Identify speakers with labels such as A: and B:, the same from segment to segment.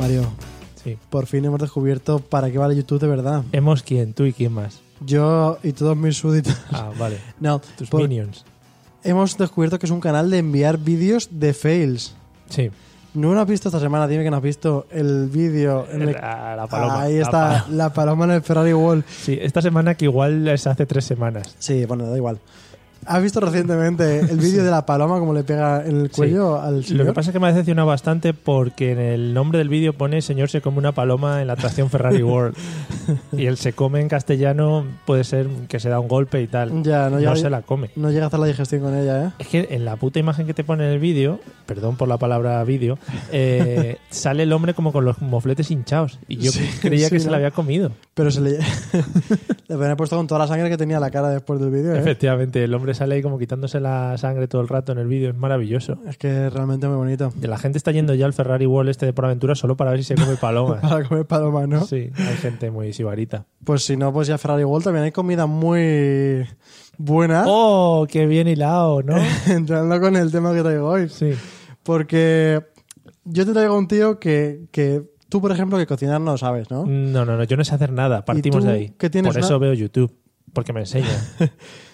A: Mario,
B: Sí.
A: por fin hemos descubierto para qué vale YouTube de verdad.
B: Hemos quién, tú y quién más.
A: Yo y todos mis súbditos.
B: Ah, vale.
A: No,
B: Tus
A: por-
B: minions.
A: hemos descubierto que es un canal de enviar vídeos de fails.
B: Sí.
A: No lo has visto esta semana, dime que no has visto el vídeo. en el-
B: La, la paloma.
A: Ahí
B: la
A: está,
B: paloma.
A: la paloma en el Ferrari Wall.
B: Sí, esta semana que igual es hace tres semanas.
A: Sí, bueno, da igual. ¿Has visto recientemente el vídeo de la paloma como le pega en el cuello al señor?
B: Lo que pasa es que me ha decepcionado bastante porque en el nombre del vídeo pone señor se come una paloma en la atracción Ferrari World. y el se come en castellano puede ser que se da un golpe y tal.
A: Mm, Ya, no,
B: no
A: llega-
B: se la come.
A: no llega a hacer la digestión con ella, ¿eh?
B: Es que en la puta imagen que te pone en el vídeo, perdón por la palabra vídeo, eh, sale el hombre como con los mofletes hinchados. Y yo
A: Sí,
B: creía que
A: sí,
B: se
A: ¿no?
B: la había comido.
A: Pero se le... le habían puesto con toda la sangre que tenía la cara después del vídeo, ¿eh?
B: Efectivamente, el hombre sale ahí como quitándose la sangre todo el rato en el vídeo, es maravilloso.
A: Es que es realmente muy bonito.
B: De la gente está yendo ya al Ferrari World este de por aventura solo para ver si se come palomas.
A: Para comer paloma, ¿no?
B: Sí, hay gente muy sibarita.
A: Pues si no, pues ya Ferrari World también hay comida muy buena.
B: ¡Oh, qué bien hilado, ¿no?
A: Entrando con el tema que traigo hoy.
B: Sí,
A: Porque yo te traigo un tío que, que tú, por ejemplo, que cocinar no sabes, ¿no?
B: no, no, no, yo no sé hacer nada, partimos
A: tú
B: de ahí.
A: qué tienes,
B: por eso veo YouTube, porque me enseña.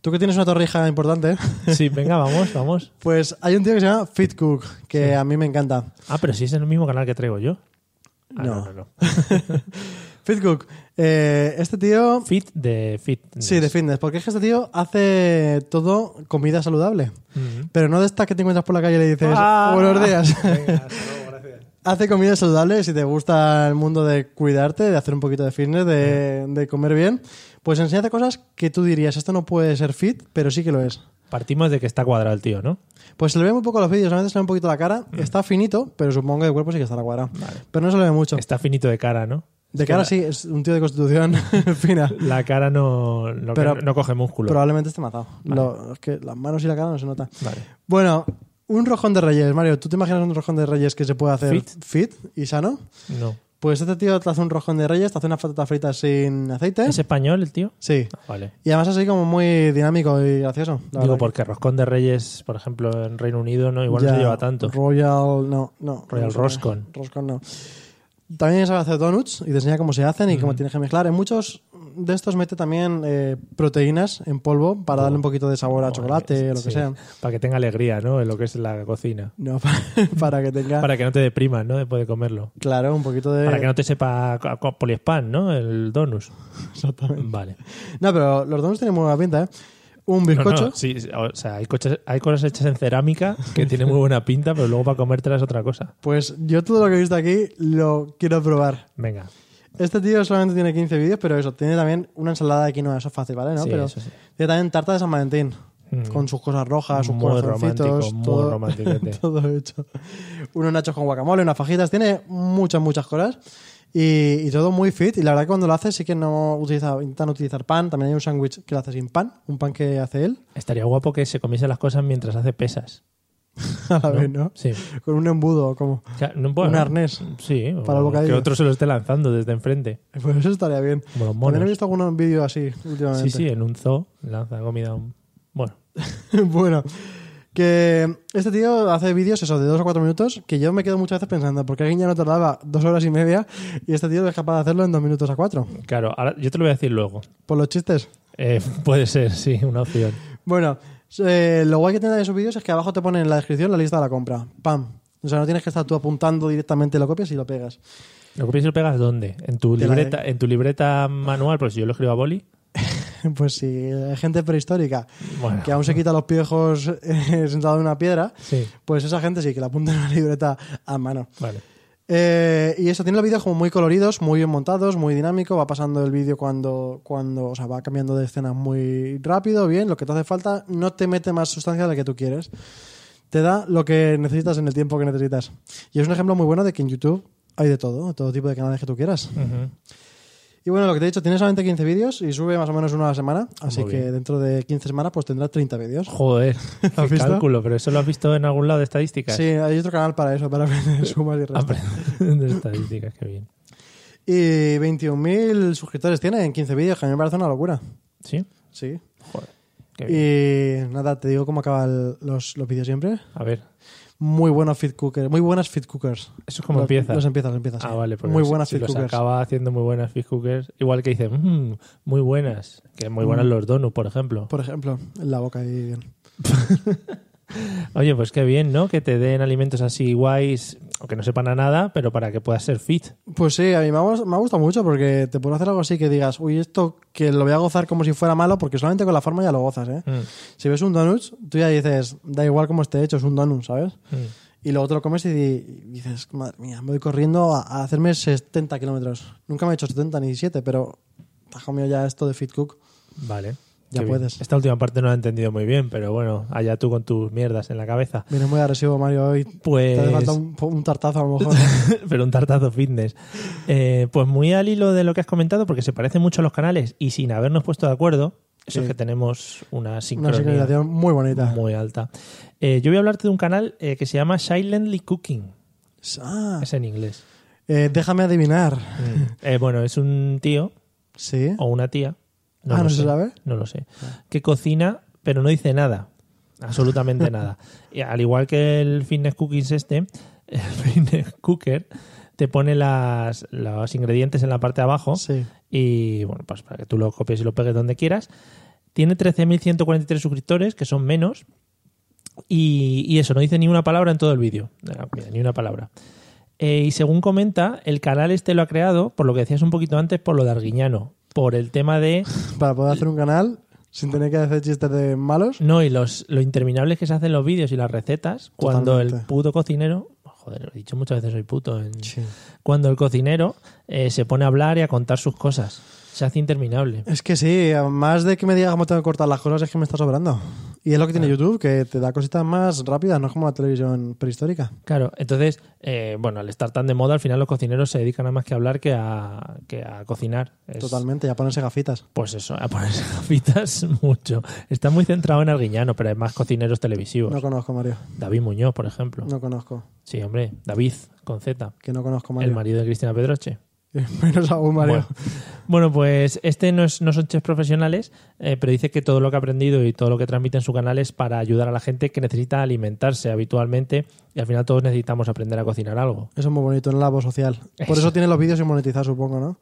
A: Tú que tienes una torrija importante,
B: Sí, venga, vamos, vamos.
A: pues hay un tío que se llama Fitcook, que a mí me encanta.
B: Ah, pero sí es el mismo canal que traigo yo. Ah, no,
A: No.
B: no, no.
A: Fitcook, eh, este tío...
B: Fit de fit.
A: Sí, de fitness, porque es que este tío hace todo comida saludable. Pero no de estas que te encuentras por la calle y le dices,
B: Mm-hmm. Ah.
A: buenos días.
B: gracias.
A: Hace comida saludable, si te gusta el mundo de cuidarte, de hacer un poquito de fitness, de,
B: Mm.
A: de comer bien, pues enséñate cosas que tú dirías, esto no puede ser fit, pero sí que lo es.
B: Partimos de que está cuadrado el tío, ¿no?
A: Pues se le ve muy poco a los vídeos, a veces se le ve un poquito la cara,
B: Mm.
A: está finito, pero supongo que el cuerpo sí que estará cuadrado. Pero no se le ve mucho.
B: Está finito de cara, ¿no?
A: De cara sí, es un tío de constitución fina.
B: La cara no, no,
A: Pero-
B: no coge músculo.
A: Probablemente esté matado. Lo- es que las manos y la cara no se nota.
B: Vale.
A: Bueno, un rojón de reyes, Mario, ¿tú te imaginas un rojón de reyes que se puede hacer
B: Fit.
A: fit y sano?
B: No.
A: Pues este tío te hace un rojón de reyes, te hace unas patatas fritas sin aceite.
B: ¿Es español el tío?
A: Sí.
B: Ah, Vale.
A: Y además así como muy dinámico y gracioso. la
B: Digo,
A: verdad.
B: porque Roscón de Reyes, por ejemplo, en Reino Unido, no igual
A: Ya,
B: no se lleva tanto.
A: Royal, no, no.
B: Royal
A: no sé.
B: Roscon.
A: Roscon no. También sabe hacer donuts y te enseña cómo se hacen y cómo tienes que mezclar. En muchos de estos mete también eh, proteínas en polvo para darle un poquito de sabor a chocolate o lo
B: Sí,
A: que sea.
B: Para que tenga alegría, ¿no? En lo que es la cocina.
A: No, para, para que tenga,
B: Para que no te deprimas, ¿no? Después de comerlo.
A: claro, un poquito de...
B: Para que no te sepa a- a poliespan, ¿no? El donus. Exactamente. Vale.
A: No, pero los donuts tienen muy buena pinta, ¿eh? Un
B: No, no,
A: bizcocho.
B: sí, sí, o sea, hay, coches- hay cosas hechas en cerámica que tienen muy buena pinta, pero luego para comértela es otra cosa.
A: Pues yo todo lo que he visto aquí lo quiero probar.
B: Venga.
A: Este tío solamente tiene 15 vídeos, pero eso, tiene también una ensalada de quinoa, eso es fácil, ¿vale? ¿No?
B: Sí,
A: pero
B: eso sí.
A: tiene también tarta de San Valentín,
B: Mm.
A: con sus cosas rojas, sus
B: Muy
A: corazoncitos,
B: romántico, muy
A: todo,
B: romantiquete.
A: todo hecho. Unos nachos con guacamole, unas fajitas, tiene muchas, muchas cosas. Y, y todo muy fit, y la verdad que cuando lo hace sí que no utiliza, intentan utilizar pan, también hay un sándwich que lo hace sin pan, un pan que hace él,
B: Estaría guapo que se comiese las cosas mientras hace pesas.
A: a la vez, ¿no?
B: Sí.
A: Con un embudo, o como...
B: O sea, no- bueno,
A: Un arnés
B: Sí, o
A: para el bocadillo.
B: que otro se lo esté lanzando desde enfrente.
A: Pues eso estaría bien.
B: Como los
A: También he
B: monos.
A: visto algunos vídeos así últimamente.
B: Sí, sí, en un zoo lanza comida. a un- Bueno,
A: bueno, que este tío hace vídeos, eso, de dos o cuatro minutos, que yo me quedo muchas veces pensando, porque alguien ya no tardaba dos horas y media y este tío es capaz de hacerlo en dos minutos a cuatro,
B: claro, ahora yo te lo voy a decir luego.
A: por los chistes.
B: Eh, puede ser, sí, una opción.
A: Bueno, eh, lo guay que tiene de esos vídeos es que abajo te ponen en la descripción la lista de la compra. ¡Pam! O sea, no tienes que estar tú apuntando directamente, lo copias y lo pegas.
B: ¿Lo copias y lo pegas dónde? ¿En tu
A: Te la
B: libreta, en tu libreta manual? Pues si yo lo escribo a boli.
A: Pues sí, hay gente prehistórica
B: Bueno.
A: que aún se quita los piejos eh, sentado en una piedra,
B: Sí.
A: pues esa gente sí que la apunta en una libreta a mano.
B: Vale.
A: Eh, y eso, tiene los vídeos como muy coloridos, muy bien montados, muy dinámico, va pasando el vídeo cuando, cuando, o sea, va cambiando de escenas muy rápido, bien, lo que te hace falta, no te mete más sustancia de la que tú quieres. Te da lo que necesitas en el tiempo que necesitas. Y es un ejemplo muy bueno de que en YouTube hay de todo, todo tipo de canales que tú quieras. Y bueno, lo que te he dicho, tiene solamente 15 vídeos y sube más o menos uno a la semana, así
B: Muy
A: que
B: bien.
A: dentro de 15 semanas pues tendrá 30 vídeos.
B: Joder,
A: ¿Has
B: qué
A: visto?
B: cálculo, pero eso lo has visto en algún lado de estadísticas.
A: Sí, hay otro canal para eso, para aprender sumas y restas.
B: Aprende de estadísticas, qué bien.
A: Y 21.000 suscriptores tiene en 15 vídeos, que a mí me parece una locura.
B: ¿Sí?
A: Sí.
B: Joder, qué bien.
A: Y nada, te digo cómo acaban los, los vídeos siempre.
B: A ver,
A: Muy buenos feed cookers, muy buenas feed cookers.
B: eso es como
A: Los-
B: empieza.
A: Los empiezas, los empiezas.
B: Ah,
A: sí.
B: vale, porque
A: Muy
B: si-
A: buenas
B: si
A: feed
B: los
A: cookers.
B: acaba haciendo muy buenas fish cookers. Igual que dicen, "Mm, muy buenas. Que muy
A: Mm.
B: buenas los donuts, por ejemplo.
A: Por ejemplo, en la boca ahí bien.
B: Oye, pues qué bien, ¿no? Que te den alimentos así guays, aunque no sepan a nada, pero para que puedas ser fit.
A: Pues sí, a mí me ha, gust- me ha gustado mucho porque te puedo hacer algo así que digas, uy, esto que lo voy a gozar como si fuera malo, porque solamente con la forma ya lo gozas, ¿eh?
B: Mm,
A: Si ves un donut, tú ya dices, da igual cómo esté hecho, es un donut, ¿sabes?
B: mm.
A: Y luego te lo comes y, di- y dices, madre mía, me voy corriendo a, a hacerme 70 kilómetros. Nunca me he hecho 70 ni 7, pero, tajo mío, ya esto de Fit Cook.
B: Vale.
A: Ya
B: Qué bien.
A: puedes.
B: Esta última parte no la he entendido muy bien, pero bueno, allá tú con tus mierdas en la cabeza.
A: Viene muy agresivo Mario hoy.
B: Pues.
A: Te hace falta un, po- un tartazo a lo mejor.
B: pero un tartazo fitness. Eh, pues muy al hilo de lo que has comentado, porque se parecen mucho a los canales y sin habernos puesto de acuerdo,
A: Sí.
B: eso es que tenemos una
A: Una
B: sincronía
A: sincronización muy bonita.
B: muy alta. Eh, yo voy a hablarte de un canal eh, que se llama Silently Cooking,
A: Ah,
B: es en inglés.
A: eh, déjame adivinar.
B: Eh, bueno, es un tío
A: Sí.
B: o una tía.
A: Ah,
B: lo
A: ¿no se
B: sé,
A: sabe?
B: Oh, No lo sé. Que cocina, pero no dice nada. Absolutamente nada. Y al igual que el fitness cookies este, el fitness cooker te pone las, los ingredientes en la parte de abajo
A: Sí.
B: y bueno, pues para que tú lo copies y lo pegues donde quieras. Tiene 13.143 suscriptores, que son menos. Y, y eso, no dice ni una palabra en todo el vídeo. Ah, mira, ni una palabra. Eh, y según comenta, el canal este lo ha creado, por lo que decías un poquito antes, por lo de Arguiñano. Por el tema de.
A: Para poder hacer un canal sin tener que hacer chistes de malos.
B: No, y los, lo interminables que se hacen los vídeos y las recetas. Cuando el
A: Totalmente.
B: puto cocinero. Joder, he dicho muchas veces soy puto. en- Cuando el cocinero eh, se pone a hablar y a contar sus cosas. Se hace interminable.
A: Es que sí, más de que me digas cómo tengo que cortar las cosas, es que me está sobrando. Y es lo que
B: Ah.
A: tiene YouTube, que te da cositas más rápidas, no es como la televisión prehistórica.
B: Claro, entonces, eh, bueno, al estar tan de moda, al final los cocineros se dedican a más que a hablar que a, que a cocinar. Es-
A: Totalmente, ya ponerse gafitas.
B: Pues eso, a ponerse gafitas mucho. Está muy centrado en Arguiñano, pero hay más cocineros televisivos.
A: No conozco, Mario.
B: David Muñoz, por ejemplo.
A: No conozco.
B: Sí, hombre, David, con Z.
A: Que no conozco,
B: El
A: Mario.
B: marido de Cristina Pedroche.
A: Menos aún, Mario.
B: Bueno. Bueno, pues este no, es, no son chefs profesionales, eh, pero dice que todo lo que ha aprendido y todo lo que transmite en su canal es para ayudar a la gente que necesita alimentarse habitualmente y al final todos necesitamos aprender a cocinar algo.
A: Eso es muy bonito, en el labo social. Por eso tiene los vídeos sin monetizar, supongo, ¿no?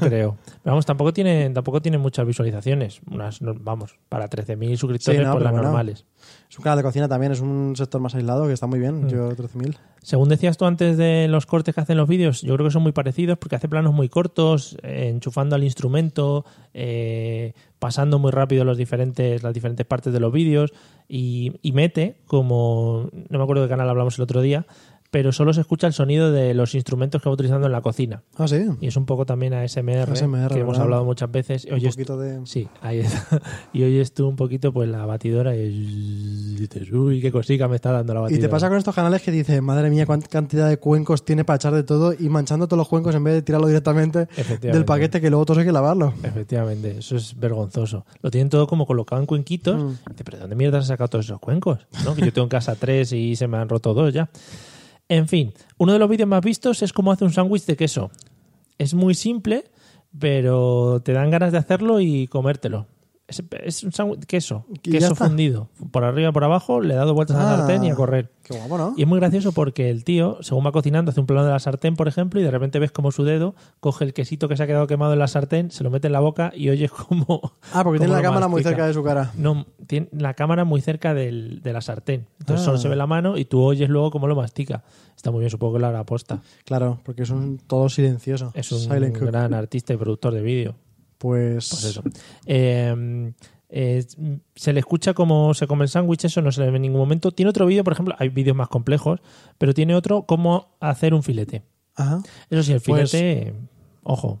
B: creo. Pero vamos, tampoco tiene, tampoco tiene muchas visualizaciones. Unas, no- vamos, para 13.000 suscriptores,
A: Sí, no,
B: por
A: pero
B: las
A: bueno.
B: normales.
A: Es un canal de cocina también, es un sector más aislado que está muy bien.
B: Mm.
A: Yo 13.000.
B: Según decías tú antes de los cortes que hacen los vídeos, yo creo que son muy parecidos porque hace planos muy cortos, eh, enchufando al instrumento, eh, pasando muy rápido los diferentes, las diferentes partes de los vídeos y, y mete, como no me acuerdo de qué canal hablamos el otro día, pero solo se escucha el sonido de los instrumentos que va utilizando en la cocina.
A: Ah, sí.
B: Y es un poco también ASMR,
A: ASMR,
B: que hemos
A: ¿verdad?
B: hablado muchas veces.
A: un
B: Oye, esto-
A: poquito de...
B: Sí, ahí está. Y oyes tú un poquito pues la batidora y dices, uy, qué cosica me está dando la
A: Y
B: batidora.
A: te pasa con estos canales que dices, madre mía, cuánta cantidad de cuencos tiene para echar de todo y manchando todos los cuencos en vez de tirarlo directamente
B: Efectivamente.
A: del paquete que luego todos hay que lavarlo.
B: Efectivamente, eso es vergonzoso. Lo tienen todo como colocado en cuenquitos.
A: Mm.
B: Dice, pero ¿de dónde mierda has sacado todos esos cuencos? ¿No? Que yo tengo en casa tres y se me han roto dos ya. En fin, uno de los vídeos más vistos es cómo hace un sándwich de queso. Es muy simple, pero te dan ganas de hacerlo y comértelo. Es, es un sándwich de queso,
A: Y ya
B: queso
A: está.
B: fundido. Por arriba, por abajo, le he dado vueltas a la
A: Ah.
B: sartén y a correr.
A: Qué guapo, ¿no?
B: Y es muy gracioso porque el tío, según va cocinando, hace un plano de la sartén, por ejemplo, y de repente ves como su dedo coge el quesito que se ha quedado quemado en la sartén, se lo mete en la boca y oyes como.
A: Ah, porque tiene la cámara muy cerca de su cara.
B: No, tiene la cámara muy cerca del- de la sartén. Entonces
A: Ah.
B: solo se ve la mano y tú oyes luego cómo lo mastica. Está muy bien, supongo que lo hará aposta.
A: Claro, porque es un todo silencioso.
B: Es un
A: Silent cook.
B: gran artista y productor de vídeo.
A: Pues...
B: Pues eso. Eh, eh, se le escucha cómo se come el sándwich, eso no se le ve en ningún momento. Tiene otro vídeo, por ejemplo, hay vídeos más complejos, pero tiene otro cómo hacer un filete.
A: Ajá.
B: Eso sí, el
A: Pues-
B: filete, ojo.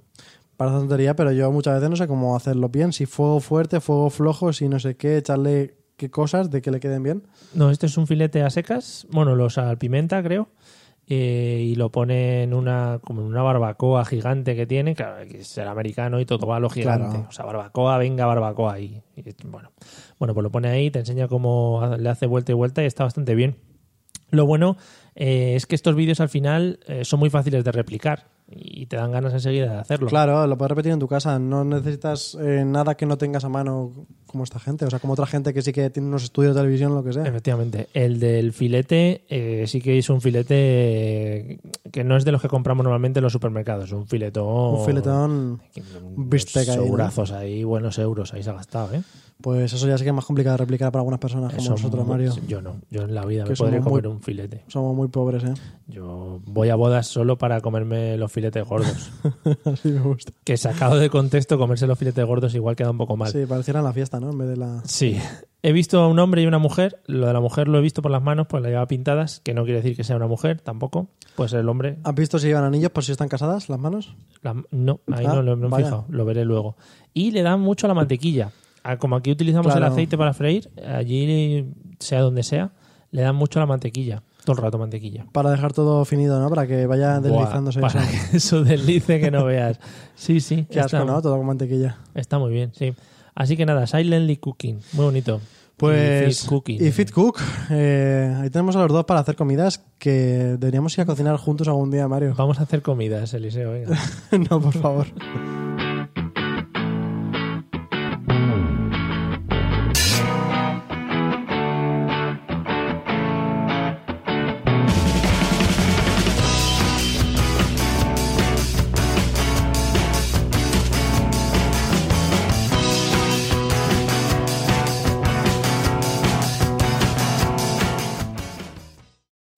A: Parece tontería, pero yo muchas veces no sé cómo hacerlo bien. Si fuego fuerte, fuego flojo, si no sé qué, echarle qué cosas de que le queden bien.
B: No, este es un filete a secas. Bueno, lo salpimenta, creo. eh, y lo pone en una, como en una barbacoa gigante que tiene. Claro, que será americano y todo va a lo gigante.
A: Claro.
B: O sea, barbacoa, venga, barbacoa ahí. Y, bueno. bueno, pues lo pone ahí, te enseña cómo ha- le hace vuelta y vuelta y está bastante bien. Lo bueno eh, es que estos vídeos al final eh, son muy fáciles de replicar y te dan ganas enseguida de hacerlo.
A: Claro, lo puedes repetir en tu casa. No necesitas eh, nada que no tengas a mano como esta gente. O sea, como otra gente que sí que tiene unos estudios de televisión, lo que sea.
B: Efectivamente. El del filete eh, sí que es un filete eh, que no es de los que compramos normalmente en los supermercados. Un filetón.
A: Un filetón,
B: Un
A: bistec ahí, ¿no?
B: Eurazos ahí, buenos euros, ahí se ha gastado, ¿eh?
A: pues eso ya sí que es más complicado de replicar para algunas personas como
B: Eso
A: nosotros,
B: mu-
A: Mario.
B: Yo no, yo en la vida
A: Que
B: me podría
A: somos muy-
B: comer un filete.
A: Somos muy pobres, ¿eh?
B: Yo voy a bodas solo para comerme los filetes gordos.
A: Así me gusta.
B: que sacado de contexto, comerse los filetes gordos igual queda un poco mal.
A: Sí, pareciera la fiesta, ¿no? En vez de la...
B: Sí. He visto a un hombre y una mujer. Lo de la mujer lo he visto por las manos, pues la lleva pintadas, que no quiere decir que sea una mujer tampoco. Puede ser el hombre,
A: ¿Has visto si llevan anillos por si están casadas las manos?
B: La- no, ahí
A: Ah,
B: no lo no me he
A: vaya.
B: fijado, lo veré luego. Y le dan mucho a la mantequilla. Ah, Como aquí utilizamos el
A: Claro.
B: aceite para freír, allí, sea donde sea, le dan mucho a la mantequilla. Todo el rato mantequilla.
A: Para dejar todo finido, ¿no? Para que vaya deslizándose
B: Buah, para
A: eso.
B: que eso deslice que no veas. Sí, sí,
A: Qué asco,
B: está,
A: ¿no? Todo con mantequilla.
B: está muy bien, sí. Así que nada, Silently Cooking, muy bonito.
A: Pues.
B: Y Fit Cooking.
A: Y Fit Cook. eh, ahí tenemos a los dos para hacer comidas que deberíamos ir a cocinar juntos algún día, Mario.
B: Vamos a hacer comidas, Eliseo, venga.
A: no, por favor.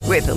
C: With the